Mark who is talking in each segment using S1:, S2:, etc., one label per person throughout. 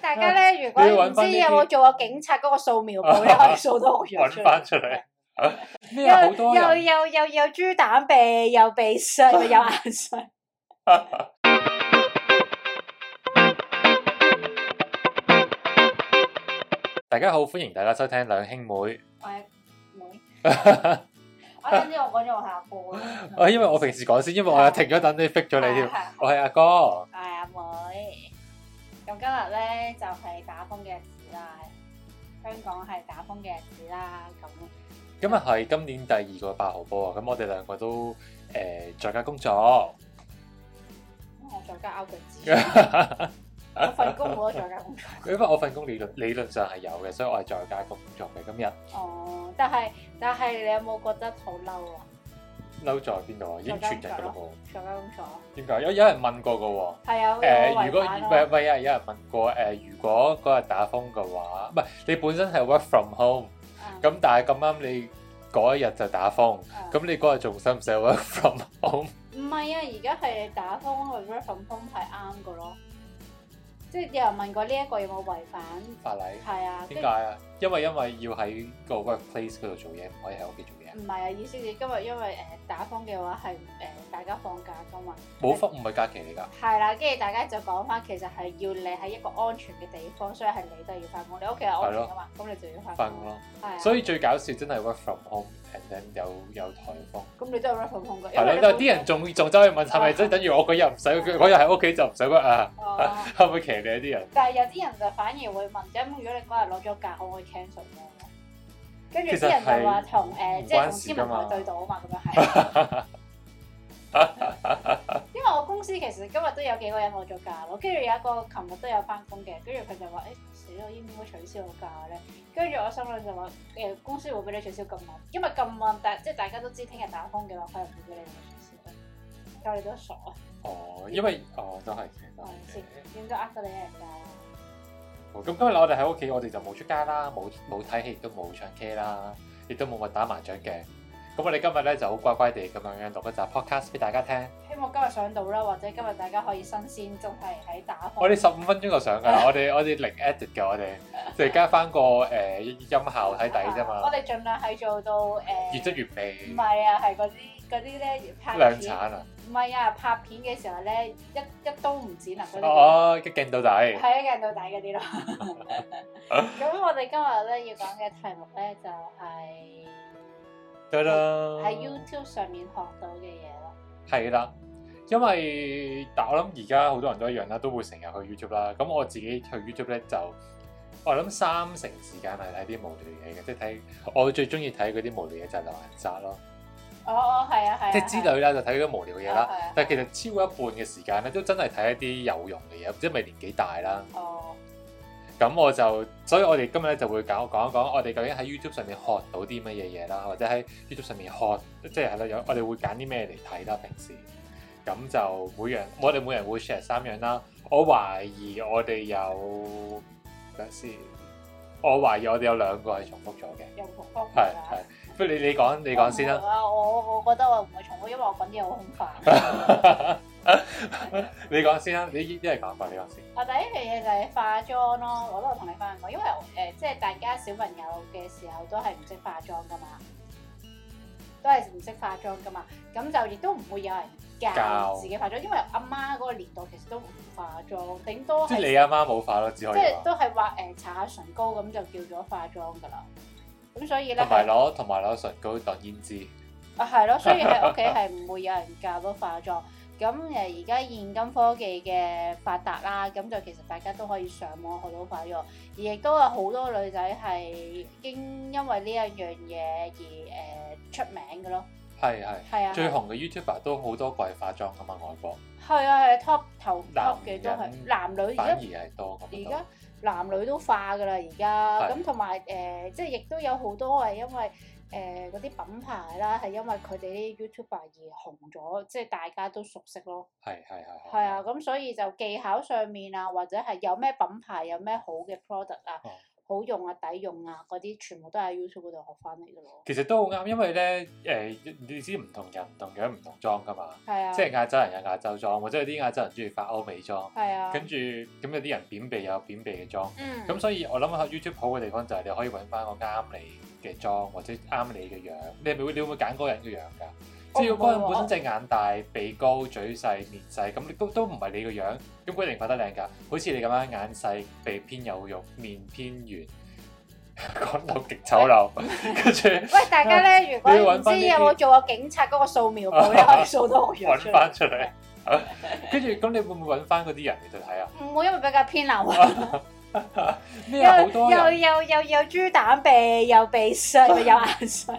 S1: 大家咧，如果
S2: 啊你要
S1: 唔
S2: 搵
S1: 知
S2: 返呢
S1: 有
S2: 啲
S1: 冇做過警察嗰個掃描 簿咧，可以掃到我樣
S2: 揾翻出嚟。
S1: 又
S2: 咩啊好多
S1: 又
S2: 人
S1: 又又又豬膽鼻，又鼻水， 又眼水。
S2: 大家好，歡迎大家收聽兩兄妹。
S1: 我係 妹，我諗知我講咗我係阿哥
S2: 我啊因為我平時講先，因為我又停咗等你逼咗你添。
S1: 啊係
S2: 我係阿哥，
S1: 我係阿妹。咁今日咧就係打風嘅日子啦，香港係打風嘅日子啦。咁
S2: 今日係今年第二個八號波啊！咁我哋兩個都誒、呃在家工作，
S1: 我在家 out 嘅字，
S2: 因
S1: 我份工我都在家工作。
S2: 為我份工理論理論上係有嘅，所以我係在家工作嘅。今日
S1: 哦，但係但係你有冇覺得好嬲啊？
S2: 嬲在邊度啊？已經全日噶啦喎，
S1: 在家工作
S2: 點解？有有人問過嘅喎。
S1: 係有
S2: 誒、
S1: 有
S2: 如果
S1: 違
S2: 唔
S1: 反咯
S2: 係唔係有人有人問過誒、如果嗰日打風嘅話，唔係你本身係 work from home，
S1: 嗯
S2: 咁但係咁啱你嗰一日就打風，
S1: 嗯
S2: 咁你嗰日仲使唔使 work from home？
S1: 唔係啊，而家係打風去 work from home 係啱嘅咯。即係有人問過呢一個有冇違反？
S2: 法例
S1: 係啊，
S2: 點解啊？因為因為要喺個 workplace 嗰度做嘢，唔可以喺屋企做嘢
S1: 跟。唔係啊，意思你今日因為誒、打風嘅話係誒、大家放假噶嘛，
S2: 冇放唔係假期嚟㗎，
S1: 係啦，跟住大家就講翻其實係要你喺一個安全嘅地方，所以係你都係要翻工，你屋企係安全噶嘛，咁你就要翻
S2: 翻工
S1: 工。
S2: 咯。
S1: 係啊，
S2: 所以最搞笑真係 work from home，and then 有有颱風。
S1: 咁你都係 work from home 嘅，因
S2: 係
S1: 為
S2: 咯，
S1: 你
S2: 但係啲人仲仲走去問係咪即係等於我嗰日唔使嗰日喺屋企就唔使 work 啊？
S1: 哦
S2: 係咪騎呢啲人？
S1: 但係有啲人就反而會問，咁如果你嗰日攞咗假，可唔可以 cancel 咗我？跟住
S2: 其
S1: 啲
S2: 實
S1: 人
S2: 係
S1: 就話同誒，
S2: 唔
S1: 即係
S2: 關
S1: 同
S2: 事
S1: 天
S2: 㗎
S1: 文
S2: 嘛
S1: 台對到啊嘛，咁樣係。 因為我公司其實今日都有幾個人攞咗假咯，跟住有一個琴日都有翻工嘅，跟住佢就話：誒、死啦，應唔應該取消我假咧？跟住我心裏就話：誒、公司會俾你取消咁晚，因為咁晚大即係大家都知聽日打風嘅話，佢係唔會俾你取消嘅。教你都傻啊，
S2: 哦，因為哦都係
S1: 我唔
S2: 嘅
S1: 知。點都呃得你一人㗎。
S2: 好咁今日我哋喺屋企，我哋就冇出街啦，冇冇睇戲，亦都冇唱 K 啦，亦都冇乜打麻雀嘅。咁我哋今日咧就好乖乖地咁樣樣錄一集 podcast 俾大家聽。
S1: 希望今日上到啦，或者今日大家可以新鮮，仲係喺打風。
S2: 我哋十五分鐘就上㗎啦，我哋我哋零 edit 嘅，我哋就係加翻個誒、呃音效喺底啫
S1: 啊我
S2: 嘛，
S1: 哋盡量係做到誒，
S2: 越質越味，
S1: 唔係啊，係嗰啲嗰啲咧拍
S2: 量
S1: 片
S2: 產，啊！
S1: 唔係啊，拍片嘅時候咧，一一刀唔剪啊嗰啲，
S2: 哦，一鏡到底，
S1: 係一鏡到底嗰 啲咯。咁我哋今日咧要講嘅題目咧就係
S2: 得
S1: 喺
S2: 啦，
S1: YouTube 上面學到嘅嘢咯。
S2: 係啦。因為但我諗而家好多人都一樣啦，都會成日去 YouTube 啦。咁我自己去 YouTube 咧就，我諗三成時間係睇啲無聊嘢嘅，即係睇我最中意睇嗰啲無聊嘢就係《狼人殺》咯，
S1: 哦哦，係啊係啊，
S2: 即係之
S1: 係啊
S2: 類啦，就睇嗰啲無聊嘢啦。。
S1: 係啊
S2: 但係其實超過一半嘅時間咧，都真係睇一啲有用嘅嘢，唔知係咪年紀大啦。
S1: 哦，
S2: 咁我就，所以我哋今日咧就會講講一講，我哋究竟喺 YouTube 上面學到啲乜嘢嘢啦，或者喺 YouTube 上面學，即係係啦，有我哋會揀啲咩嚟睇啦，平時。咁就每樣，我哋每人會 share 三樣啦。我懷疑我哋有，等陣先，我懷疑我哋有兩個係重複咗嘅。
S1: 又唔同方法
S2: 係
S1: 啊
S2: 係，不如你你講你講 先
S1: 我唔
S2: 啦。
S1: 會啊，我我覺得我唔會重複，因為我講啲嘢好 空泛。
S2: 你講先啦，你一係講過，你講先。
S1: 我啊第一樣嘢就係化妝咯，我都有同你分享過，因為誒、呃即係大家小朋友嘅時候都係唔識化妝噶嘛，都係唔識化妝噶嘛，咁就亦都唔會有人教
S2: 教
S1: 自己化妝，因為阿媽嗰個年代其實都唔化妝，頂多
S2: 即係
S1: 係
S2: 你阿媽冇化咯，只可
S1: 即
S2: 以
S1: 係
S2: 話。
S1: 都係畫誒搽下唇膏咁就叫咗化妝噶啦，咁所以咧
S2: 同埋攞同埋攞唇膏當胭脂。
S1: 啊，係咯，所以喺屋企係 唔會有人教到化妝。咁誒而家現今科技嘅發達啦，咁就其實大家都可以上網學到化妝，而亦都有好多女仔係經因為呢一樣嘢而誒、出名嘅咯。
S2: 係係。
S1: 係啊，
S2: 最紅嘅 YouTuber 都好多貴化妝噶嘛，外國
S1: 係啊係啊 top 頭 top
S2: 男
S1: 嘅都係
S2: 人
S1: 男女而
S2: 反
S1: 家
S2: 而。係多
S1: 而
S2: 咁
S1: 家
S2: 多。
S1: 男女都化㗎啦，而家
S2: 係
S1: 咁同埋誒，即係亦都有好多係因為誒嗰啲品牌啦，係因為佢哋啲 YouTuber 而紅咗，即係大家都熟悉咯。
S2: 係係係。
S1: 係啊啊，咁所以就技巧上面啊，或者係有咩品牌有咩好嘅 product 啊，
S2: 哦
S1: 好用啊、抵用啊嗰啲，全部都喺 YouTube 嗰度學翻嚟嘅咯。
S2: 其實都好啱，因為咧誒、你知唔同人唔同樣唔同裝噶嘛，
S1: 係啊，
S2: 即係亞洲人有亞洲裝，或者有啲亞洲人中意化歐美裝，
S1: 係啊，
S2: 跟住咁有啲人扁鼻有扁鼻嘅裝。
S1: 嗯，
S2: 咁所以我諗下 YouTube 好嘅地方就係你可以揾翻個啱你嘅裝或者啱你嘅樣。你係咪會你會唔會揀嗰個人嘅樣㗎？
S1: 我
S2: 即係如果
S1: 唔
S2: 嗰
S1: 會
S2: 個
S1: 喎
S2: 人本身隻眼大、鼻高、嘴細、面細，咁你都都唔係你個樣，咁佢一定拍得靚㗎。好似你咁樣眼細、鼻偏有肉、面偏圓， 講到極醜陋，跟住
S1: 喂，大家咧，如果
S2: 你要
S1: 唔
S2: 搵
S1: 知
S2: 返呢
S1: 有
S2: 啲
S1: 冇做過警察嗰個掃 描簿咧，可以掃到我樣出
S2: 揾
S1: 嚟。
S2: 翻出嚟。跟住咁你會唔會揾翻嗰啲人嚟到睇啊？
S1: 唔會，因為比較偏流啊。
S2: 咩啊好
S1: 又
S2: 多人
S1: 又又又又豬蛋鼻，又鼻 塞，又有眼水。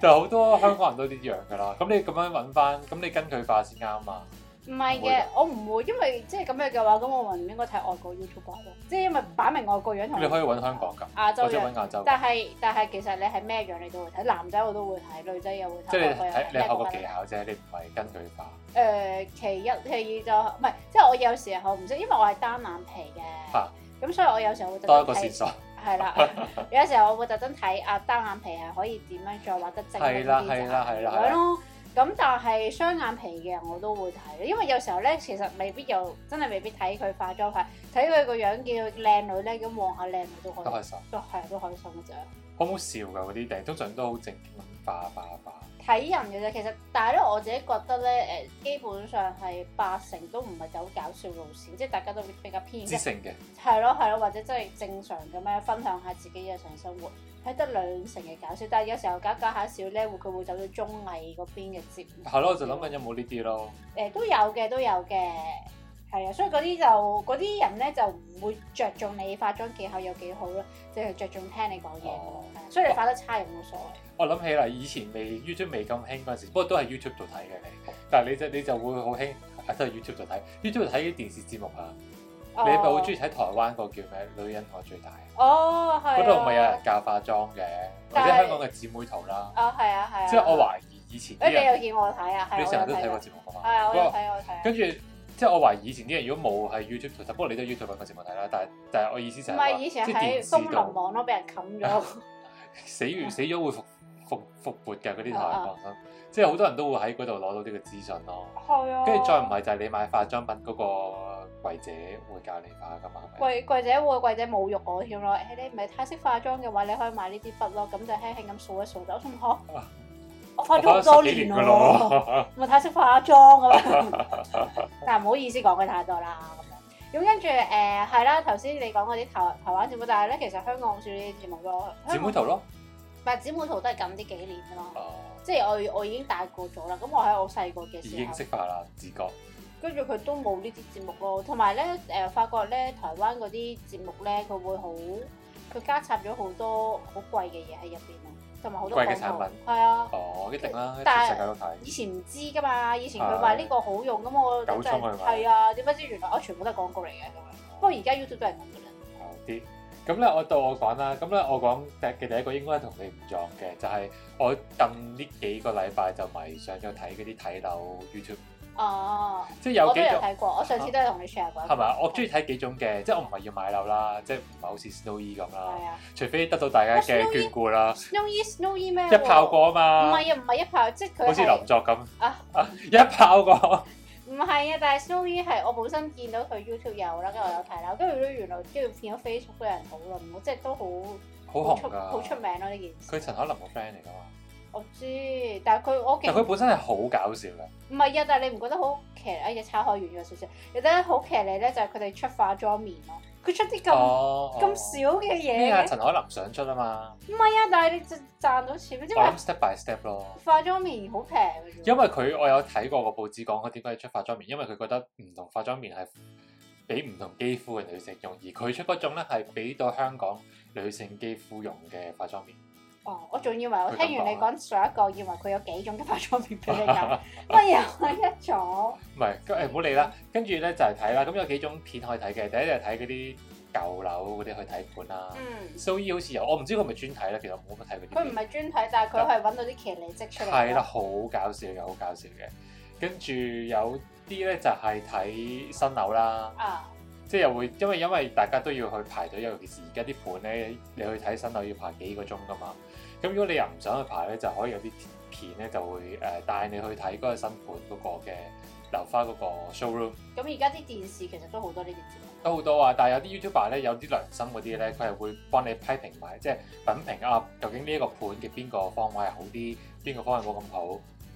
S2: 就好多香港人都呢樣㗎啦。咁你咁樣揾翻，咁你跟佢化先啱嘛？
S1: 唔係
S2: 唔會
S1: 嘅
S2: 㗎，
S1: 我唔會，因為即係咁樣嘅話，咁我咪唔應該睇外國 YouTube 咯。即係因為擺明外國樣同
S2: 你可以揾香港㗎。
S1: 亞洲
S2: 或者
S1: 樣，
S2: 揾亞洲，
S1: 但係但係其實你係咩樣你都會睇，男仔我都會睇，女仔又會睇。
S2: 即係
S1: 外
S2: 你
S1: 國又
S2: 睇你學個技
S1: 咩國家
S2: 巧啫，你唔係跟佢化。
S1: 誒、其一其二就唔係，即係我有時候唔識，因為我係單眼皮嘅
S2: 嚇，
S1: 咁、所以我有時候會特
S2: 多一個
S1: 登
S2: 線
S1: 睇，
S2: 索，
S1: 係 啦，有時候我會特登睇啊單眼皮係可以點樣再畫得精
S2: 係啦係啦係啦
S1: 咁樣咯。咁但係雙眼皮嘅我都會睇，因為有時候咧其實未必有真係未必睇佢化妝係，睇佢個樣叫佢靚女咧，咁望下靚女都
S2: 都
S1: 可以，
S2: 開心。
S1: 都係都開心嘅啫。
S2: 好唔好笑㗎嗰啲定通常都好正經咁化化化。
S1: 睇人嘅啫，其實，但係咧我自己覺得咧，誒、基本上係八成都唔係走搞笑路線，即係大家都比較偏
S2: 知性嘅，
S1: 係咯係咯，或者真係正常咁樣分享下自己日常生活，睇得兩成嘅搞笑，但係有時候搞搞下笑咧，會佢會走到綜藝嗰邊嘅節目。
S2: 係咯，我就諗緊有冇呢啲咯。
S1: 誒、都有嘅都有嘅，係啊，所以嗰啲就嗰啲人咧就唔會着重你化妝技巧有幾好咯，即係着重聽你講嘢㗎咯
S2: 哦
S1: 係啊所以你化得差又冇所謂。
S2: 我諗起啦，以前未 YouTube 未咁興嗰陣時，不過都係 YouTube 度睇嘅你。但係你就你就會好興，啊都係 YouTube 度睇。YouTube 度睇啲電視節目啊，你咪好中意睇台灣個叫咩《女人我最大》，
S1: 哦，係啊
S2: 嗰度咪有人教化妝嘅，或
S1: 但
S2: 者
S1: 係
S2: 香港嘅姊妹淘啦。
S1: 啊，係啊，係啊。
S2: 即係我懷疑以前
S1: 誒，
S2: 啲
S1: 你
S2: 人，
S1: 又見我睇啊？係
S2: 你成日都睇
S1: 過
S2: 過。節目㗎嘛？
S1: 係啊，我有
S2: 嗰個
S1: 睇，我有睇。
S2: 跟住即係我懷疑以前啲人如果冇喺 YouTube 睇，不過你都 YouTube 揾個節目睇啦。但係但係我意思就
S1: 唔
S2: 係話
S1: 係以前
S2: 即係電
S1: 喺啊
S2: 視
S1: 風林
S2: 度
S1: 網咯，俾人冚咗。
S2: 死完死咗會復復復活嘅嗰啲
S1: 啊
S2: 台
S1: 啊
S2: 放心，即係好多人都會喺嗰度攞到呢個資訊咯。
S1: 係啊。
S2: 跟住再唔係就係你買化妝品嗰個櫃姐會教你化噶嘛，係咪
S1: 櫃櫃姐會櫃姐侮辱我添咯，誒你唔係太識化妝嘅話，你可以買呢啲筆咯，咁就輕輕咁掃一掃就。我心諗嚇
S2: 啊
S1: 我化
S2: 我
S1: 咗好多年
S2: 㗎
S1: 咯，
S2: 咯，
S1: 唔係太識化妝咁樣。 但係唔好意思講佢太多啦咁樣。咁跟住誒係啦，頭先你講嗰啲台台灣節目，但係咧其實香港好少呢啲節目咯。
S2: 姊
S1: 香港
S2: 妹淘咯，
S1: 唔係姊妹淘都係咁呢幾年㗎咯。
S2: 哦
S1: 即係我我已經大個咗啦，咁我喺我細個嘅
S2: 已
S1: 時啊
S2: 經
S1: 候，
S2: 識化啦，自覺
S1: 跟住佢都冇呢啲節目咯。同埋咧誒，發覺咧台灣嗰啲節目咧，佢會好佢加插咗好多好貴嘅嘢喺入邊咯，同埋好多
S2: 貴嘅
S1: 廣告
S2: 產品。
S1: 係啊，
S2: 哦一定啦，
S1: 但
S2: 全
S1: 係
S2: 世界都睇，
S1: 以前唔知噶嘛，以前佢話呢個好用，咁我真
S2: 九衝係
S1: 係
S2: 咪
S1: 係啊，點不知原來我全部都係廣告嚟嘅咁樣。不過而家 YouTube 都係咁噶啦。
S2: 好啲。咁咧，我到我講啦。咁咧，我講嘅第一個應該同你唔撞嘅，就係、我近呢幾個禮拜就迷上咗睇嗰啲睇樓 YouTube，
S1: 哦，
S2: 即係
S1: 我
S2: 有
S1: 都
S2: 幾
S1: 有
S2: 種
S1: 睇過，我上次都係同你 share 過。
S2: 係咪啊？我中意睇幾種嘅，即係我唔係要買樓啦，即係唔係好似 Snowy 咁啦，
S1: 係啊
S2: 除非得到大 家嘅眷顧啦，
S1: ，Snowy Snowy 咩喎？
S2: 一炮過
S1: 唔
S2: 啊嘛，
S1: 係啊，唔係一炮，即係佢
S2: 好似
S1: 係
S2: 林作咁
S1: 啊，
S2: 一炮過。
S1: 唔係啊，但係 Snowy 係我本身見到佢 YouTube 有啦，跟住我有睇啦，跟住都原來跟住變咗 Facebook 都有人討論喎，即係都好
S2: 好
S1: 好
S2: 紅
S1: 出好出
S2: 㗎，
S1: 名咯呢件事。
S2: 佢陳可林個 friend 嚟㗎嘛，
S1: 我知，但係佢我
S2: 但佢
S1: 勁
S2: 本身係好搞笑㗎，
S1: 唔係啊，但係你唔覺得好騎呢？哎呀，岔開遠咗少少，你覺得好騎呢咧就係佢哋出化妝面咯，佢出啲咁
S2: 哦，
S1: 咁少嘅
S2: 咩
S1: 嘢
S2: 啊？
S1: 嘅，
S2: 陳可林想出啊嘛，
S1: 唔係啊，但係你就賺到錢，因
S2: 我
S1: 為
S2: 諗 step by step 咯。
S1: 化妝面好平嘅
S2: 哦因
S1: 啫。
S2: 為佢我有睇過個報紙講佢點解要出化妝棉，因為佢覺得唔同化妝棉係俾唔同肌膚嘅女性用，而佢出嗰種咧係俾到香港女性肌膚用嘅 化妝棉。
S1: 哦，我仲以為我
S2: 佢咁
S1: 聽完你
S2: 講
S1: 講上一個，以為佢有幾種嘅化妝面俾你 揀，乜又係一種？
S2: 唔係，咁誒唔好理啦。跟住咧就係睇啦，咁有幾種片可以睇嘅。第一就係睇嗰啲舊樓嗰啲去睇盤啦。
S1: 嗯。
S2: 蘇伊好似有，我唔知佢係咪專睇啦，其實我冇乜睇嗰啲
S1: 佢唔
S2: 片。
S1: 係專睇，但係佢係揾到啲騎呢跡出嚟。
S2: 係啦，，好搞笑嘅，好搞笑嘅。跟住有啲咧就係睇新樓啦。
S1: 啊，
S2: 即係又會，因為因為大家都要去排隊，尤其是而家啲盤咧，你去睇新樓要排幾個鐘噶嘛。咁如果你又唔想去排咧，就可以有啲片咧就會誒、呃、帶你去睇嗰個新盤嗰個嘅樓花嗰個 showroom
S1: 咁而家啲電視其實都好多呢啲節目，
S2: 都好多啊。但係有啲 YouTuber 咧，有啲良心嗰啲咧，佢係會幫你批評埋，即係品評啊，究竟呢一個盤嘅邊個方位係好啲，邊個方位冇咁好。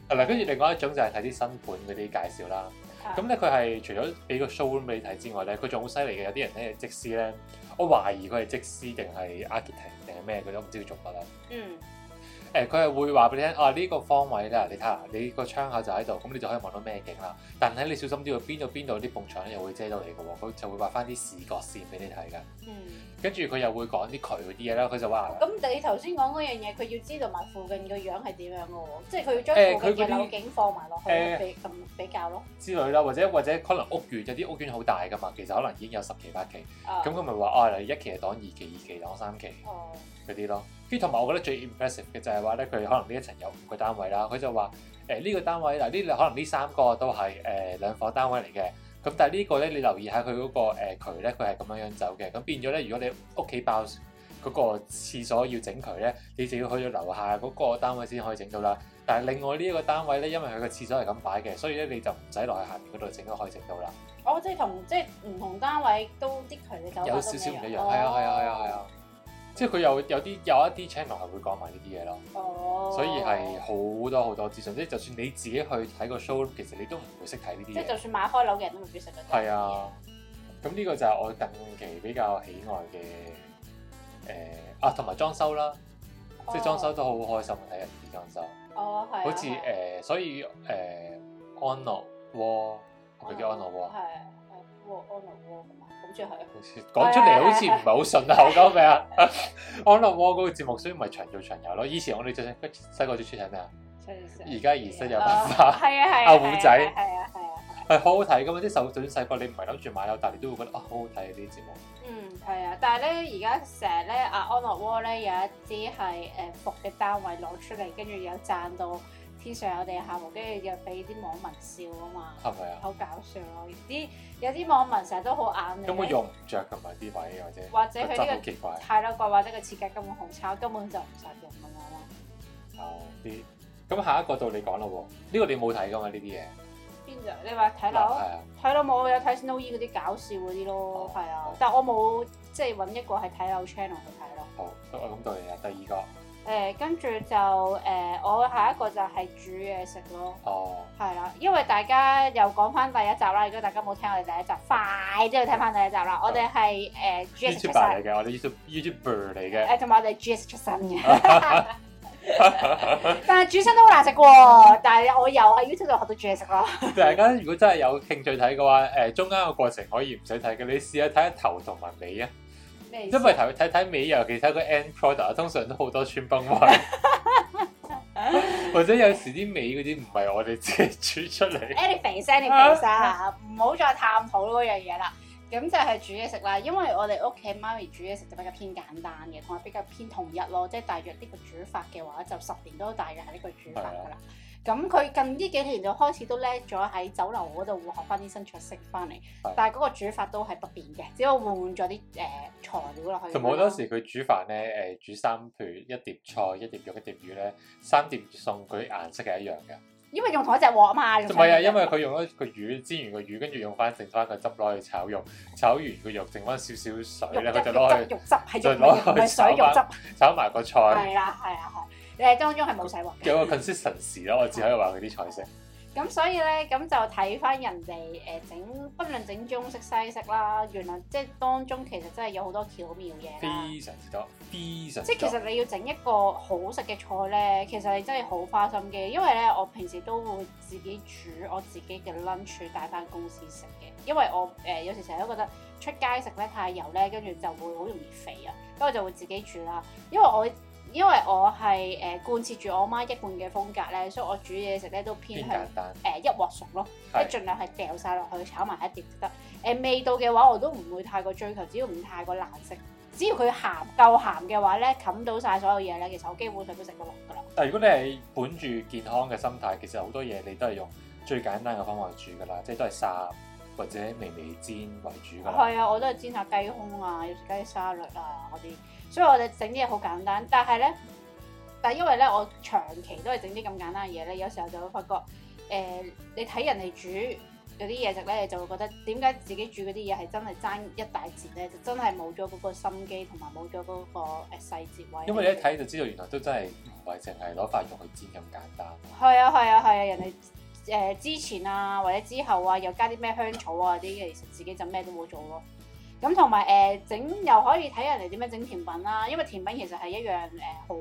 S2: 啊嗱，跟住另外一種就係睇啲新盤嗰啲介紹啦。
S1: 啊
S2: 咁咧佢係除咗俾個 showroom 俾你睇之外咧，佢仲好犀利嘅。有啲人咧則師咧，我懷疑佢係則師定係 architect 定係咩，佢都唔知佢做乜啦。
S1: 嗯
S2: 誒，佢係會話俾你聽，啊呢、個方位咧，你睇下你個窗口就喺度，咁你就可以望到咩景啦。但係你小心啲喎，邊度邊度啲埲牆咧又會遮到你嘅喎，佢就會畫翻啲視覺線俾你睇嘅。
S1: 嗯。
S2: 跟住佢又會講啲佢嗰啲嘢啦，佢就話
S1: 咁你頭先講嗰樣嘢，佢要知道埋附近個樣係點樣嘅喎，即係佢要
S2: 誒
S1: 將附近
S2: 佢嗰
S1: 嘅
S2: 啲
S1: 樓景放埋落去
S2: 誒
S1: 比咁比較咯。
S2: 之類啦，或者或者可能屋苑有啲屋苑好大噶嘛，其實可能已經有十期八期，
S1: 啊
S2: 咁佢咪話啊，你一期係擋二期，二期擋三期。
S1: 哦，
S2: 嗰啲咯。跟住同埋我覺得最 impressive 嘅就係話咧，佢可能呢一層有五個單位啦，佢就話誒呢個單位嗱呢兩可能呢三個都係誒、兩房單位嚟嘅。咁但係呢個咧，你留意下佢嗰、個誒渠咧，佢係咁樣樣走嘅。咁變咗咧，如果你屋企爆嗰個廁所要整渠咧，你就要去到樓下嗰個單位先可以整到啦。但係另外呢一個單位咧，因為佢個廁所係咁擺嘅，所以咧你就唔使落去下面嗰度整都可以整到啦。
S1: 哦，即係同即係唔同單位都啲距離走法
S2: 有
S1: 都
S2: 少少唔一樣，
S1: 哦
S2: 係啊係啊係啊係啊，即係佢有有啲有一啲 channel 係會講埋呢啲嘢咯。
S1: 哦，
S2: 所以係好多好多資訊，即係就算你自己去睇個 show，其實你都唔會識睇呢
S1: 即
S2: 啲
S1: 係
S2: 嘢。
S1: 就算買開樓嘅人都未必識得。
S2: 係，啊，咁呢個就係我近期比較喜愛嘅誒、啊，同埋裝修啦，即係裝修都好開心啊睇人哋裝修，
S1: 哦係啊，
S2: 好似誒、
S1: 係啊
S2: 所以誒、安樂窩係咪叫安樂窩
S1: 哦係
S2: 啊？
S1: 係窩安樂窩咁啊嘛，咁最後
S2: 好似講出
S1: 啊
S2: 嚟好似唔係好順口咁 樣。安樂窩嗰個節目雖然唔係長做長有咯，以前我哋最細個最中意睇咩啊？而家兒室有文化。
S1: 係啊係啊，
S2: 阿虎仔
S1: 係啊係啊，
S2: 係好好睇噶嘛！啲手短細個，你唔係諗住買樓，但係你都會覺得啊好好睇呢啲節目。
S1: 嗯係啊，但係咧而家成日咧阿安樂窩咧有一啲係誒服嘅單位攞出嚟，跟住有賺到天上有地下無，跟住又俾啲網民笑啊嘛，
S2: 係咪啊？
S1: 好搞笑咯！啲有啲網民成日都好眼
S2: 根本
S1: 利，
S2: 用唔着㗎嘛啲位，或者
S1: 或者佢
S2: 個質
S1: 呢
S2: 好
S1: 個
S2: 奇怪。
S1: 太啦怪，或者個設計根本好差，根本就唔實用咁樣啦。
S2: 有啊啲咁下一個到你講啦喎，呢個你冇睇㗎嘛呢啲嘢。
S1: 邊度？你話睇
S2: 嗱
S1: 樓？
S2: 係啊，
S1: 睇到冇有睇 Snow E 嗰啲搞笑嗰啲
S2: 哦
S1: 咯，係啊，但我冇即係揾一個係睇樓 channel 去睇咯。
S2: 好，我咁到你啦。啊第二個
S1: 誒、跟住就誒、我下一個就係煮嘢食咯，
S2: 哦，
S1: 係啦，因為大家又講翻第一集啦，如果大家冇聽我哋第一集，快啲去睇翻第一集啦。我哋係誒煮嘢食出
S2: 哦 YouTuber
S1: 身
S2: 嚟，嘅，我哋 YouTube YouTuber 嚟嘅。
S1: 誒同埋我哋煮嘢食出身 嘅。但係煮身都好難食喎，但係我又喺 YouTube 度學到煮嘢食咯。
S2: 大家如果真係有興趣睇嘅話，誒中間個過程可以唔使睇嘅，你試下睇下頭同埋尾啊。
S1: 咩意思
S2: 因為睇睇睇尾，尤其睇個 end product，通常都好多穿崩位，
S1: 啊
S2: 或者有時啲尾嗰啲唔係我哋自己煮 出嚟。
S1: any face any face 啊，唔好再探討嗰樣嘢啦。咁就係煮嘢食啦，因為我哋屋企媽咪煮嘢食就比較偏簡單嘅，同埋比較偏統一咯，即係大約呢個煮法嘅話，就十年都大約係呢個煮法
S2: 啊
S1: 噶啦。咁佢近呢幾年就開始都叻咗喺酒樓嗰度會學翻啲新菜式翻嚟
S2: 係，
S1: 但係嗰個煮法都係不變嘅，只不過換咗啲誒材料落去咁樣啦。
S2: 同埋好多時佢煮飯咧，誒煮三譬如一碟菜、一碟肉、一碟魚咧，三碟餸佢顏色係一樣嘅。
S1: 因為用同一隻鑊啊嘛，唔
S2: 唔係啊，因為佢用咗個魚煎完個魚，跟住用翻剩翻個汁攞去炒肉，炒完個肉剩翻少少水
S1: 肉
S2: 咧，
S1: 汁
S2: 佢就攞去
S1: 肉汁係
S2: 就
S1: 肉嚟嘅，
S2: 攞
S1: 唔
S2: 去
S1: 係水
S2: 炒
S1: 肉
S2: 飯
S1: 汁，
S2: 炒埋個菜，
S1: 係啦係啊係，誒當中係冇洗鑊嘅。
S2: 有個 consistency 咯，我只可以話佢啲菜式。
S1: 咁所以咧，咁就睇翻人哋誒整，不論整中式西式啦，原來即係當中其實真係有好多巧妙嘢啦。
S2: 非常之多，非常
S1: 即
S2: 之
S1: 係其
S2: 多。
S1: 實你要整一個好食嘅菜咧，其實你真係好花心機，因為咧我平時都會自己煮我自己嘅 lunch 帶翻公司食嘅，因為我誒、呃有時成日都覺得出街食咧太油咧，跟住就會好容易肥啊，咁我就會自己煮啦，因為我。因為我係誒、呃貫徹住我媽一貫嘅風格咧，所以我煮嘢食咧都偏
S2: 偏
S1: 向
S2: 簡單，
S1: 誒、一鑊熟咯，即係
S2: 係
S1: 盡量係掉晒落去炒埋一碟就得。誒、味道嘅話我都唔會太過追求，只要唔太過難食，只要佢鹹夠鹹嘅話咧，冚到晒所有嘢咧，其實我基本上都食得落㗎啦。
S2: 但如果你係本住健康嘅心態，其實好多嘢你都係用最簡單嘅方法去煮㗎啦，即係都係烚或者微微煎為主㗎啦。
S1: 係啊，我都係煎下雞胸啊，有時雞沙律啊嗰啲，所以我哋整啲嘢好簡單。但係咧，但係因為咧，我長期都係整啲咁簡單嘅嘢咧，有時候就會發覺，誒、你睇人哋煮有啲嘢食咧，你就會覺得點解自己煮嗰啲嘢係真係爭一大截咧，就真係冇咗嗰個心機同埋冇咗嗰個誒細節位。
S2: 因為你一睇就知道，原來都真係唔係淨係攞塊肉去煎咁簡單。
S1: 係啊係啊係啊，人哋誒、之前啊或者之後啊，又加啲咩香草啊嗰啲，其實自己就咩都冇做咯。咁同埋誒整又可以睇人哋點樣整甜品啦，因為甜品其實係一樣誒、呃好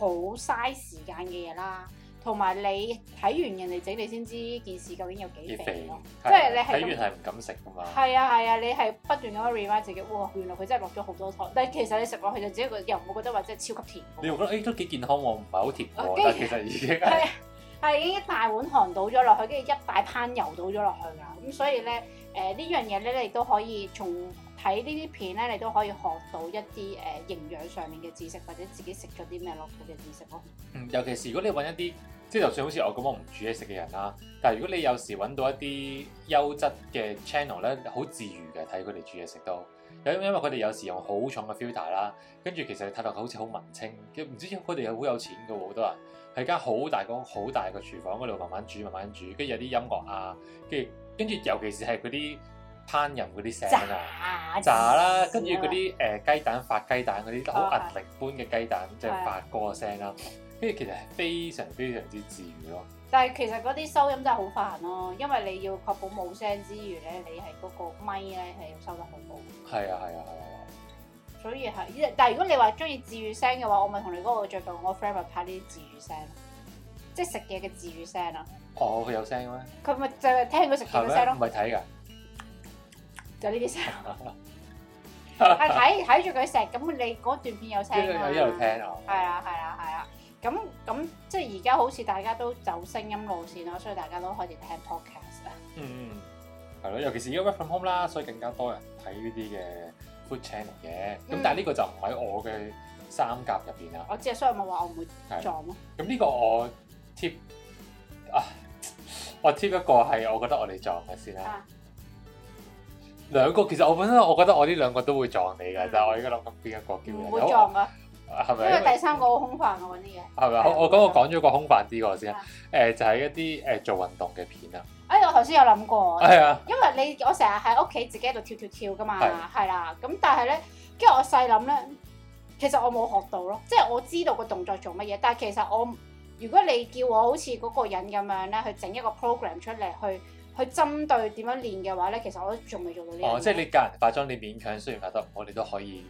S1: 好嘥時間嘅嘢啦。同埋你睇完人哋整，你先知件事究竟有幾肥
S2: 啲肥
S1: 咯。，
S2: 係
S1: 即係你係咁
S2: 睇完係唔敢食㗎嘛。
S1: 係啊係啊，你係不斷咁樣 remind 自己，哇！原來佢真係落咗好多糖，但係其實你食落去就只係個又唔會覺得話真係超級甜喎。
S2: 你又覺得哎誒都幾健康喎，唔係好甜
S1: 啊
S2: 喎，
S1: 跟
S2: 但
S1: 住
S2: 其實已經係
S1: 係係已經一大碗糖倒咗落去，跟住一大烹油倒咗落去啦。咁所以咧，誒、呢樣嘢咧，你都可以從睇呢啲片咧，你都可以學到一啲誒、營養上面嘅知識，或者自己食咗啲咩落肚嘅知識咯。
S2: 嗯尤其是如果你揾一啲即係就算好似我咁，我唔煮嘢食嘅人啦，但係如果你有時揾到一啲優質嘅 channel 咧，好治愈嘅睇佢哋煮嘢食都。有因為佢哋有時用好重嘅 filter 啦，跟住其實你睇落去好似好文青，唔知佢哋係好有錢嘅喎，好多人喺間好大個好大嘅廚房嗰度慢慢煮慢慢煮，跟住有啲音樂啊，跟住跟住尤其是係嗰啲烹飪嗰啲聲啊。
S1: 炸
S2: 炸啦，
S1: 啊
S2: 跟住嗰啲誒雞蛋發雞蛋嗰啲好壓力般嘅雞蛋，即係發歌聲啦。跟住其實係非常非常之治愈咯。
S1: 但係其實嗰啲收音真係好煩咯，因為你要確保冇聲之餘咧，你係嗰個咪咧係要收得好好。
S2: 係啊係啊係
S1: 所以係，但係如果你話中意治愈聲嘅話，我咪同你講，我最近我 friend 咪拍呢啲治愈聲，即係食嘢嘅治愈聲啊。
S2: 啊！哦，佢有聲咩？
S1: 佢咪就係聽佢食
S2: 係
S1: 嘢嘅聲
S2: 咩？唔
S1: 咯，
S2: 係睇㗎。
S1: 就呢啲聲。係啊睇睇住佢食，咁你嗰段片有聲
S2: 跟住
S1: 啊
S2: 我一路聽啊。
S1: 係啦，係啦，係啦。咁咁即係而家好似大家都走聲音路線啦，所以大家都開始聽 podcast 啦。
S2: 嗯嗯。係咯，尤其是而家 work from home 啦，所以更加多人睇呢啲嘅 food channel 嘅。咁
S1: 嗯
S2: 但係呢個就唔喺我嘅三甲入邊啦。
S1: 我知啊，所以我咪話我唔會
S2: 係
S1: 撞咯。
S2: 咁呢個我 tip 啊，我 tip 一個係我覺得我哋撞嘅先啦
S1: 啊。
S2: 兩個其實我本身我覺得我呢兩個都會撞你嘅，
S1: 嗯
S2: 但係我而家諗緊邊一個叫
S1: 唔
S2: 人
S1: 會撞噶，
S2: 係
S1: 因
S2: 咪？
S1: 為第三個好空泛啊，揾啲嘢。
S2: 係
S1: 係
S2: 咪？
S1: 啊
S2: 我我咁我講咗個空泛啲個先
S1: 啊，
S2: 誒就係一啲誒做運動嘅片啊，
S1: 哎，我頭先有諗過，
S2: 係啊，
S1: 因為你我成日喺屋企自己喺度跳跳跳噶嘛
S2: 係，
S1: 係啦。咁但係咧，跟住我細諗咧，其實我冇學到咯，即係我知道個動作做乜嘢，但係其實我唔如果你叫我好似嗰個人咁樣咧，去整一個 program 出嚟，去去針對點樣練嘅話咧，其實我都仲未做到呢樣嘢。
S2: 哦，即係你教人化妝，你勉強雖然化得唔好，你都可以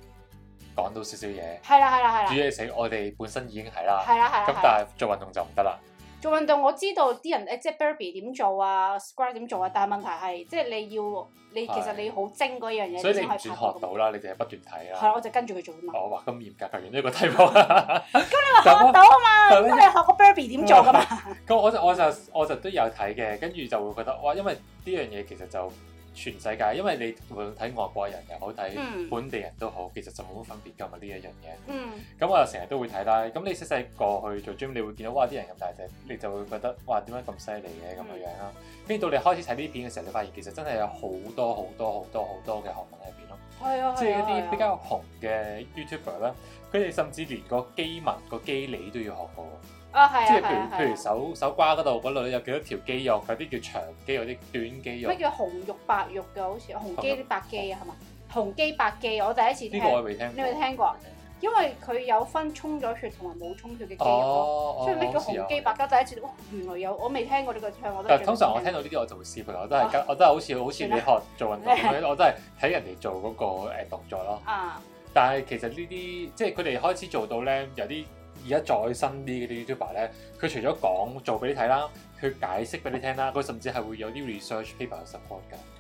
S2: 講到少少嘢。
S1: 係啦係啦係
S2: 煮
S1: 啦
S2: 嘢食我哋本身已經係啦，
S1: 係啊啦係啦
S2: 咁
S1: 係啦。
S2: 但係做運動就唔得啦。
S1: 做運動我知道啲人誒即係 burpee 點做啊，squat 點做啊，但係問題係即係你要你
S2: 係
S1: 其實你要好精嗰樣嘢，
S2: 所以你唔
S1: 先可啊
S2: 算
S1: 以拍
S2: 學
S1: 到咁。
S2: 到啦，你淨係不斷睇啦。
S1: 係啦，我就跟住佢做啊嘛。
S2: 我哦話咁嚴格嘅原呢個題目，咁你
S1: 學到啊嘛，
S2: 係
S1: 咁
S2: 咩
S1: 你學個 Burby 點做噶嘛？
S2: 咁我就我就我就都有睇嘅，跟住就會覺得哇，因為呢樣嘢其實就全世界，因為你無論睇外國人又好睇
S1: 嗯
S2: 本地人都好，其實就冇乜分別㗎嘛呢一樣嘢。
S1: 嗯，
S2: 咁我就成日都會睇啦。咁你細細個去做 gym，你會見到哇啲人咁大隻，你就會覺得哇點解咁犀利嘅咁樣樣啦。跟住到你開始睇呢啲片嘅時候，你發現其實真係有好多好多好多好多嘅學問喺入邊咯。
S1: 係啊，
S2: 即係一啲比
S1: 係啊
S2: 較紅嘅 YouTuber 咧，佢哋甚至連個肌紋、個肌理都要學過喎。
S1: 啊，係啊，
S2: 即係
S1: 係
S2: 譬
S1: 啊
S2: 如譬如
S1: 係啊
S2: 手手瓜嗰度嗰度有幾多條肌肉，有啲叫長肌，有啲短肌肉
S1: 咩。叫紅肉白肉嘅？好似紅肌白肌啊，係嘛？紅肌白肌，我第一次
S2: 哦呢
S1: 聽
S2: 個，我未聽過。
S1: 你未聽過？啊因為佢有分沖咗血同埋冇沖血嘅肌肉咯。
S2: 哦，
S1: 所以咩叫
S2: 哦好似有
S1: 紅肌白肌？第一次哇，原來有，我未聽過呢個 term，我都係
S2: 但
S1: 最近
S2: 係通常我
S1: 到
S2: 聽到呢啲我就會試佢，我都係跟，我都係好似好似你學做運動咁樣，我都係睇人哋做嗰個誒動作咯。
S1: 啊，
S2: 但係其實呢啲即係佢哋開始做到咧，有啲而家再新啲嗰啲 YouTuber 咧，佢除咗講做俾你睇啦，佢解釋俾你聽啦，佢甚至係會有啲 research paper support 㗎。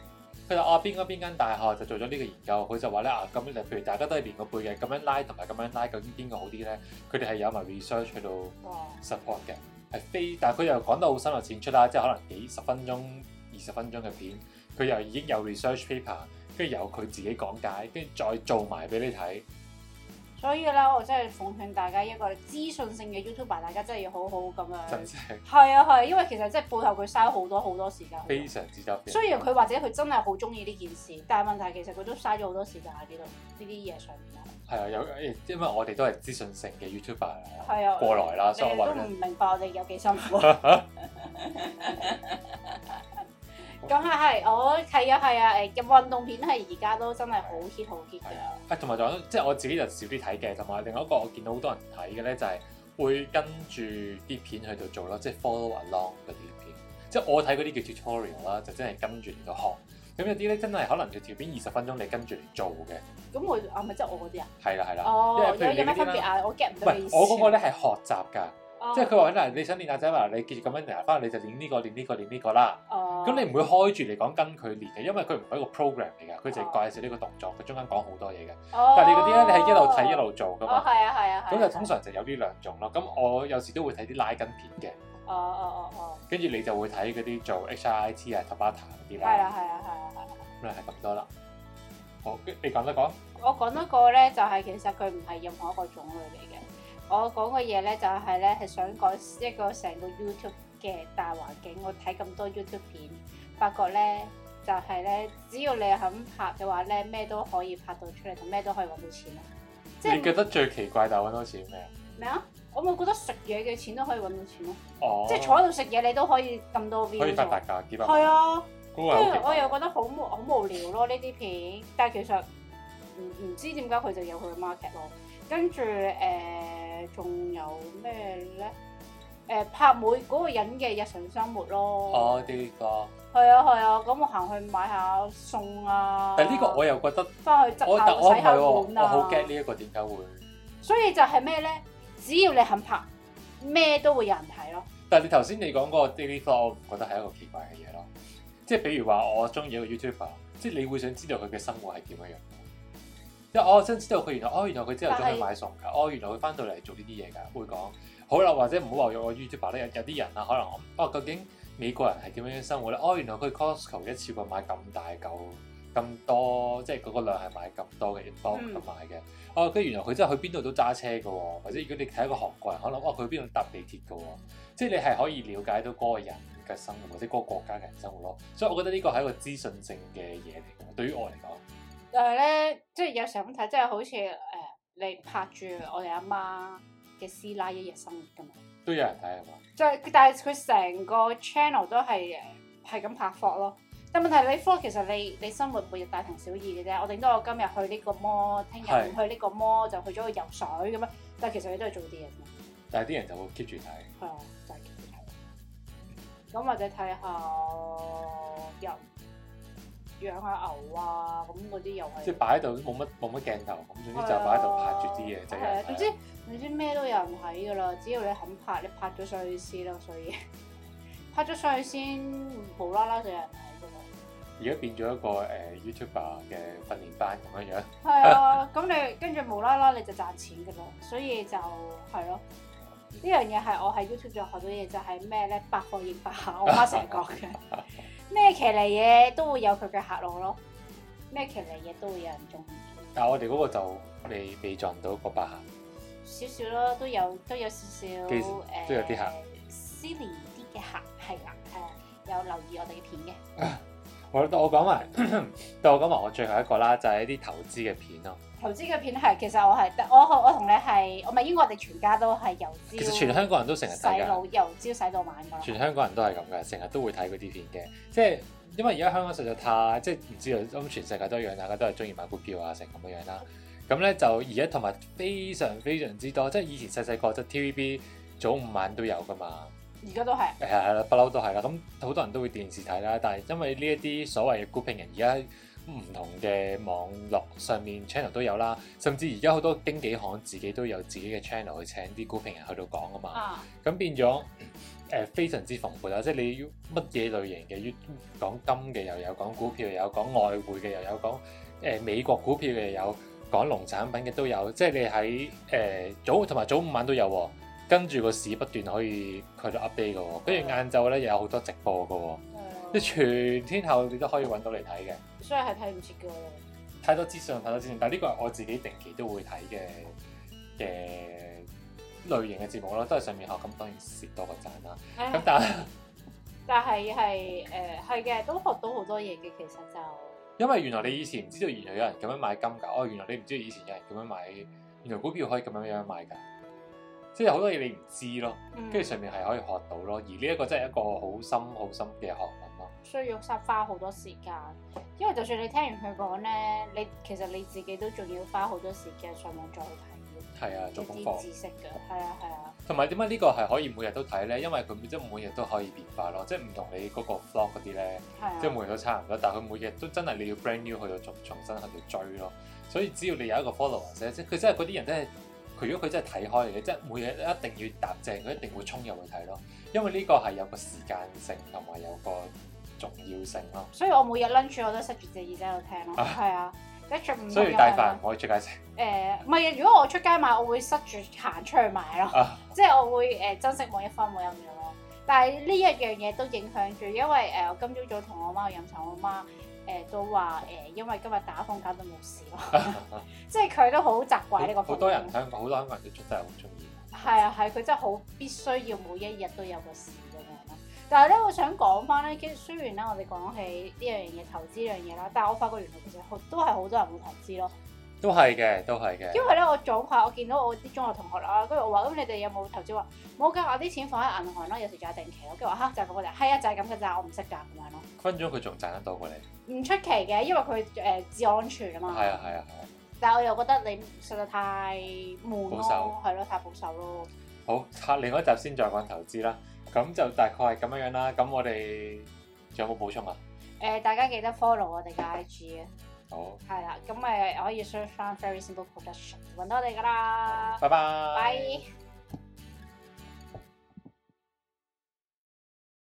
S2: 佢就啊邊間邊間大學就做咗呢個研究，佢就話咧啊咁就譬如大家都係連個背嘅咁樣拉同埋咁樣拉，究竟邊個好啲咧？佢哋係有埋 research 去到
S1: 哇
S2: support 嘅，係非但係佢又講到好深入淺出啦，即係可能幾十分鐘、二十分鐘嘅片，佢又已經有 research paper，跟住有佢自己講解，跟住再做埋俾你睇，
S1: 所以咧，我真係奉勸大家一個資訊性嘅 YouTuber，大家真係要好好咁
S2: 真
S1: 樣。
S2: 係
S1: 係啊係啊，因為其實真係背後佢嘥好多好多時間。
S2: 非常之執嘅。
S1: 雖然佢或者佢真係好中意呢件事，但係問題其實佢都嘥咗好多時間喺呢度呢啲嘢上面。
S2: 係啊，有因為我哋都係資訊性嘅 YouTuber 啦
S1: 係啊，
S2: 過來啦，
S1: 你
S2: 所以
S1: 哋
S2: 我
S1: 都
S2: 話
S1: 唔
S2: 咧
S1: 明白我哋有幾辛 苦。 咁啊係，我係啊係啊，誒運動片係而家都真係好 hit 好 hit
S2: 係
S1: 㗎。
S2: 啊，同埋仲有即係我自己就少啲睇嘅，同埋另外一個我見到好多人睇嘅咧就係會跟住啲片去到做咯，即係 follow along 嗰啲片。即係我睇嗰啲叫 tutorial 啦，就真係跟住嚟到學。咁有啲咧真係可能條條片二十分鐘你跟住嚟做嘅，
S1: 咁我啊咪即係我嗰啲啊？
S2: 係啦係啦。
S1: 哦，
S2: 因
S1: 有
S2: 為譬如你
S1: 有
S2: 嗰
S1: 咩
S2: 啲
S1: 分
S2: 啦
S1: 別啊？我 get 唔
S2: 唔
S1: 到你
S2: 係
S1: 意思。
S2: 我嗰個咧係學習㗎，
S1: 哦，
S2: 即係佢話嗱，你想練阿仔嘛，你繼續咁樣嗱，翻嚟你就練呢個練呢個練呢個啦。
S1: 哦，
S2: 咁你唔會開住嚟講跟佢練嘅，因為佢唔係一個 program 嚟㗎，佢就係介紹呢個動作，佢中間講好多嘢嘅。
S1: 哦，
S2: 但係你嗰啲咧，你係一路睇一路做㗎
S1: 哦，
S2: 嘛。
S1: 係啊係啊係啊。
S2: 咁就通常就有呢兩種咯。咁我有時都會睇啲拉筋片嘅，
S1: 哦哦哦哦，
S2: 跟住你就會睇嗰啲做 HIIT 啊、Tabata 嗰啲
S1: 係啦
S2: 啦。
S1: 係啊係啊係啊。
S2: 咁咧係咁多啦。好，跟你講得講。
S1: 我講多個咧，就係、其實佢唔係任何一個種類嚟嘅。我講嘅嘢咧，就係咧係想講一個成個 YouTube 嘅大環境。我睇咁多 YouTube 片，發覺咧就係、咧，只要你肯拍嘅話咧，咩都可以拍到出嚟，同咩都可以揾到錢咯。即
S2: 你覺
S1: 係
S2: 得最奇怪但係揾到錢咩？
S1: 咩啊？我冇覺得食嘢嘅錢都可以揾到錢咯，
S2: 哦，
S1: 即係坐喺度食嘢你都可以咁多 view
S2: 可以發
S1: 喎。
S2: 達㗎，幾百
S1: 係
S2: 萬。
S1: 啊。
S2: 嗰個係好
S1: 跟
S2: 奇
S1: 住我
S2: 怪
S1: 又覺得好無好無聊咯呢啲片，但係其實唔唔知點解佢就有佢嘅 market 咯。跟住誒仲有咩咧？誒、拍每嗰個人嘅日常生活咯，
S2: 哦，呢個，
S1: 係啊係啊，咁我行去買下餸啊，
S2: 但係呢個我又覺得，
S1: 翻去執
S2: 我但
S1: 下
S2: 我唔
S1: 洗
S2: 係
S1: 下
S2: 喎，
S1: 碗
S2: 我
S1: 啊，
S2: 好 get 呢一個點解會？
S1: 所以就係咩咧？只要你肯拍，咩都會有人睇咯。
S2: 但係你頭先你講嗰個 daily vlog，我唔覺得係一個奇怪嘅嘢咯。即係比如話，我中意一個 YouTuber，即係你會想知道佢嘅生活係點樣樣。即係我想知道佢原來，哦原來佢朝頭早
S1: 但係
S2: 去買餸㗎，哦原來佢翻到嚟做呢啲嘢㗎，會講好啦，或者唔好話有個 YouTuber 咧，有有啲人啊，可能我哦究竟美國人係點樣樣生活咧？哦原來佢 Costco 一次過買咁大嚿。咁多即係嗰個量係買咁多嘅 i n b o
S1: 嗯
S2: 咁買嘅，哦，跟住原來佢真係去邊度都揸車嘅喎，或者如果你睇一個韓國人，可能哇佢去邊度搭地鐵嘅喎，即係你係可以了解到嗰個人嘅生活或者嗰個國家嘅人生活咯，所以我覺得呢個係一個資訊性嘅嘢嚟嘅，對於我嚟講，
S1: 但係咧，即係有時候咁睇，即係好似誒、你拍住我哋阿媽嘅師奶一日生活咁嘛。
S2: 都有人睇係嘛？
S1: 即係但係佢成個 channel 都係誒係咁拍 vlog 咯。但問題你 vlog 其實你你生活每日大同小異嘅啫。我頂多我今日去呢個 mall，聽日
S2: 係
S1: 唔去呢個 mall 就去咗去游水咁樣。但係其實你都係做啲嘢啫嘛。
S2: 但係啲人就會 keep 住睇，
S1: 係啊，就係咁樣睇。咁或者睇下人養下牛啊，咁嗰啲又係
S2: 即係擺喺度冇乜冇乜鏡頭，咁總之就擺喺度拍住啲嘢就有
S1: 啊係啊
S2: 人，
S1: 總
S2: 睇
S1: 之
S2: 啦。
S1: 總之咩都有人睇㗎啦，只要你肯拍，你拍咗上去先啦，所以 拍咗上去先無啦啦就有人睇㗎啦。
S2: 而家變咗一個誒、呃 YouTuber 嘅訓練班咁樣樣，
S1: 係 啊，咁你跟住無啦啦你就賺錢㗎啦，所以就係咯。呢樣嘢係我喺 YouTube 度學到嘢，就係咩咧？百貨應百客，我 媽成日講嘅。咩騎呢嘢都會有佢嘅客路咯，咩騎呢嘢都會有人中意。
S2: 但係我哋嗰個就未未撞到個百合。
S1: 少少咯，都有都有少少誒，
S2: 幾都有啲客
S1: silly 啲嘅客係啦，誒、有留意我哋嘅片嘅，
S2: 我到我講埋， 到我講埋我最後一個啦，就係、一啲投資嘅片咯。
S1: 投資嘅片係其實我係我我同你係，我咪應該我哋全家都係由朝
S2: 其實全香港人都成日
S1: 洗
S2: 睇㗎，
S1: 腦，由朝洗到晚㗎啦。
S2: 全香港人都係咁㗎，成日都會睇嗰啲片嘅。即係因為而家香港實在太即係唔知道，咁全世界都一樣，大家都係中意買股票啊，成咁樣樣啦。咁咧就而家同埋非常非常之多，即係以前細細個即係 TVB 早午晚都有㗎嘛。
S1: 而家都係
S2: 誒係啦，不嬲都係啦。咁好多人都會電視睇啦，但係因為呢一啲所謂嘅股評人，而家唔同嘅網絡上面 channel 都有啦，甚至而家好多經紀行自己都有自己嘅 channel 去請啲股評人去到講啊嘛。
S1: 啊，
S2: 咁、變咗誒、 非常之蓬勃啊啦，即係你要乜嘢類型嘅，要講金嘅又有，講股票又有，講外匯嘅又有，講誒、美國股票嘅又有，講農產品嘅都有。即係你喺誒、呃早同埋早午晚都有喎。跟住個市不斷可以去到 update 嘅喎，跟住晏晝咧又有好多直播嘅喎，即係全天候你都可以揾到嚟睇嘅。
S1: 所以係睇唔切嘅喎。
S2: 太多資訊，太多資訊。但係呢個係我自己定期都會睇嘅嘅類型嘅節目咯，都係上面學，咁當然蝕多個賺啦。
S1: 唉
S2: 咁但係
S1: 但係係誒係嘅，都學到好多嘢嘅，其實就
S2: 因為原來你以前唔知道原來有人咁樣買金㗎，哦，原來你唔知道以前有人咁樣買，原來股票可以咁樣樣買㗎，即係好多嘢你唔知咯，
S1: 嗯
S2: 跟住上面係可以學到咯，而呢一個真係一個好深好深嘅學問咯。
S1: 需要花花好多時間，因為就算你聽完佢講咧，你其實你自己都仲要花好多時間上網再去睇
S2: 係啊，做功
S1: 一
S2: 課
S1: 啲。知識㗎，係啊係啊，
S2: 同埋點解呢個係可以每日都睇咧？因為佢即係每日都可以變化咯，即係唔同你嗰個 vlog 嗰啲咧，
S1: 係啊，
S2: 即係每日都差唔多，但係佢每日都真係你要 brand new 去到重重新去到追咯。所以只要你有一個 follow 者，即係佢真係嗰啲人真係，佢如果佢真係睇開你，即係每日一定要踏正，佢一定會衝入去睇咯。因為呢個係有個時間性同埋有個重要性咯。
S1: 所以我每日 lunch 我都塞住隻耳仔喺度聽咯，
S2: 啊
S1: 係啊，跟住唔
S2: 所以
S1: 同嘅
S2: 帶
S1: 人
S2: 飯唔可以出街食
S1: 誒唔係啊！如果我出街買，我會塞住行出去買咯，
S2: 啊！
S1: 即係我會誒、呃珍惜每一分每一秒咯。但係呢一樣嘢都影響住，因為誒、呃我今朝早同我媽去飲茶，我媽誒、呃都話誒、因為今日打風搞到冇事咯， 即係佢都好責怪呢個
S2: 好多人香港好多香港人都真係好中意。
S1: 係啊係，佢真係好必須要每一日都有個事咁樣咯。但係咧，我想講翻咧，其實雖然咧我哋講起呢樣嘢投資呢樣嘢啦，但係我發覺原來其實好都係好多人會投資咯。
S2: 都係嘅，都係嘅。
S1: 因為咧，我早排我見到我啲中學同學啦，跟住我話：咁你哋有冇投資？話冇㗎，我啲錢放喺銀行啦，有時仲有定期咯。跟住我話嚇就係咁嘅啫，係啊就係咁嘅咋，我唔識㗎咁樣咯，
S2: 分鐘佢仲賺得多過你。
S1: 唔出奇嘅，因為佢誒、呃、自我安全啊嘛。
S2: 係啊係啊係啊。
S1: 但係我又覺得你實在太悶
S2: 保守
S1: 咯，係咯，太保守咯。
S2: 好，下另外一集先再講投資啦。咁就大概係咁樣樣啦。咁我哋仲有冇補充啊？
S1: 誒、呃大家記得 follow 我哋嘅 IG 啊，
S2: 好，
S1: 係呃啦，咁誒可以 search 翻 Very Simple Production 揾到我哋㗎啦，
S2: 拜拜。
S1: 拜。